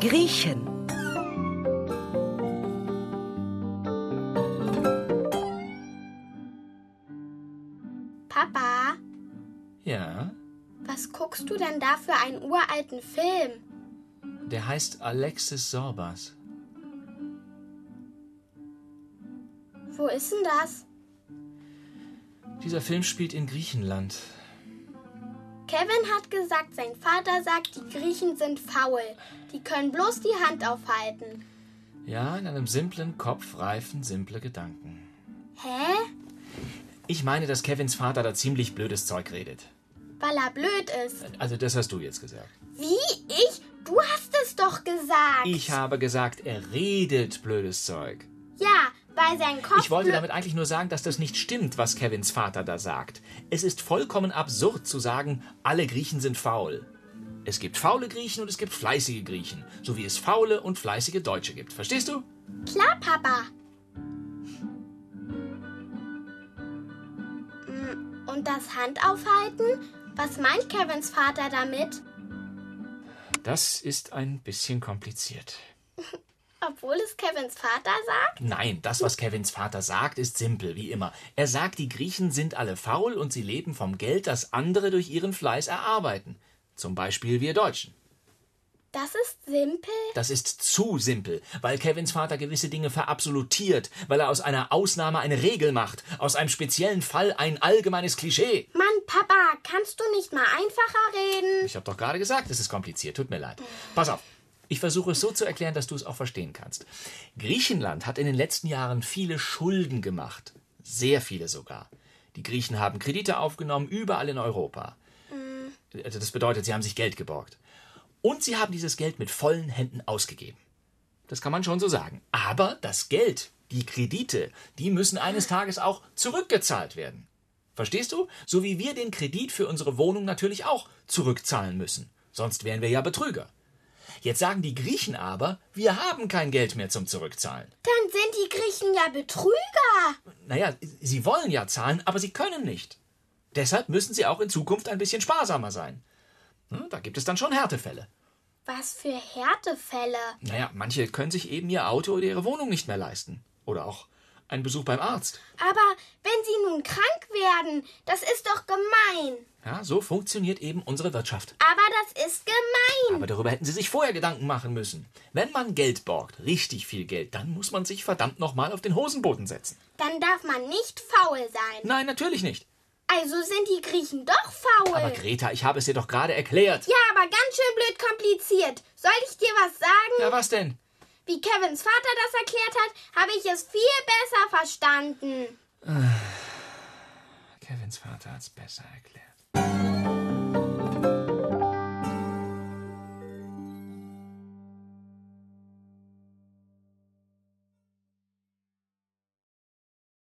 Griechen. Papa, Ja, was guckst du denn da für einen uralten Film? der heißt Alexis Sorbas. Wo ist denn das? Dieser Film spielt in Griechenland. Kevin hat gesagt, sein Vater sagt, die Griechen sind faul. Die können bloß die Hand aufhalten. Ja, in einem simplen Kopf reifen simple Gedanken. Hä? Ich meine, dass Kevins Vater da ziemlich blödes Zeug redet. Weil er blöd ist. Also, das hast du jetzt gesagt. Wie? Ich? Du hast es doch gesagt. Ich habe gesagt, er redet blödes Zeug. Ja, weil sein Kopf. Ich wollte blö- damit eigentlich nur sagen, dass das nicht stimmt, was Kevins Vater da sagt. Es ist vollkommen absurd zu sagen, alle Griechen sind faul. Es gibt faule Griechen und es gibt fleißige Griechen, so wie es faule und fleißige Deutsche gibt. Verstehst du? Klar, Papa. Mm, Und das Handaufhalten? Was meint Kevins Vater damit? Das ist ein bisschen kompliziert. Obwohl es Kevins Vater sagt? Nein, das, was Kevins Vater sagt, ist simpel, wie immer. Er sagt, die Griechen sind alle faul und sie leben vom Geld, das andere durch ihren Fleiß erarbeiten. Zum Beispiel wir Deutschen. Das ist simpel. Das ist zu simpel, weil Kevins Vater gewisse Dinge verabsolutiert, weil er aus einer Ausnahme eine Regel macht, aus einem speziellen Fall ein allgemeines Klischee. Mann, Papa, kannst du nicht mal einfacher reden? Ich habe doch gerade gesagt, es ist kompliziert, tut mir leid. Pass auf. Ich versuche es so zu erklären, dass du es auch verstehen kannst. Griechenland hat in den letzten Jahren viele Schulden gemacht. Sehr viele sogar. Die Griechen haben Kredite aufgenommen, überall in Europa. Also das bedeutet, sie haben sich Geld geborgt. Und sie haben dieses Geld mit vollen Händen ausgegeben. Das kann man schon so sagen. Aber das Geld, die Kredite, die müssen eines Tages auch zurückgezahlt werden. Verstehst du? So wie wir den Kredit für unsere Wohnung natürlich auch zurückzahlen müssen. Sonst wären wir ja Betrüger. Jetzt sagen die Griechen aber, wir haben kein Geld mehr zum Zurückzahlen. Dann sind die Griechen ja Betrüger. Naja, sie wollen ja zahlen, aber sie können nicht. Deshalb müssen sie auch in Zukunft ein bisschen sparsamer sein. Hm, Da gibt es dann schon Härtefälle. Was für Härtefälle. Naja, manche können sich eben ihr Auto oder ihre Wohnung nicht mehr leisten. Oder auch einen Besuch beim Arzt. Aber wenn sie nun krank werden, das ist doch gemein. Ja, so funktioniert eben unsere Wirtschaft. Aber das ist gemein. Aber darüber hätten sie sich vorher Gedanken machen müssen. Wenn man Geld borgt, richtig viel Geld, dann muss man sich verdammt nochmal auf den Hosenboden setzen. Dann darf man nicht faul sein. Nein, natürlich nicht. Also sind die Griechen doch faul. Aber Greta, ich habe es dir doch gerade erklärt. ja, aber ganz schön blöd kompliziert. Soll ich dir was sagen? Ja, was denn? Wie Kevins Vater das erklärt hat, habe ich es viel besser verstanden. Kevins Vater hat's besser erklärt.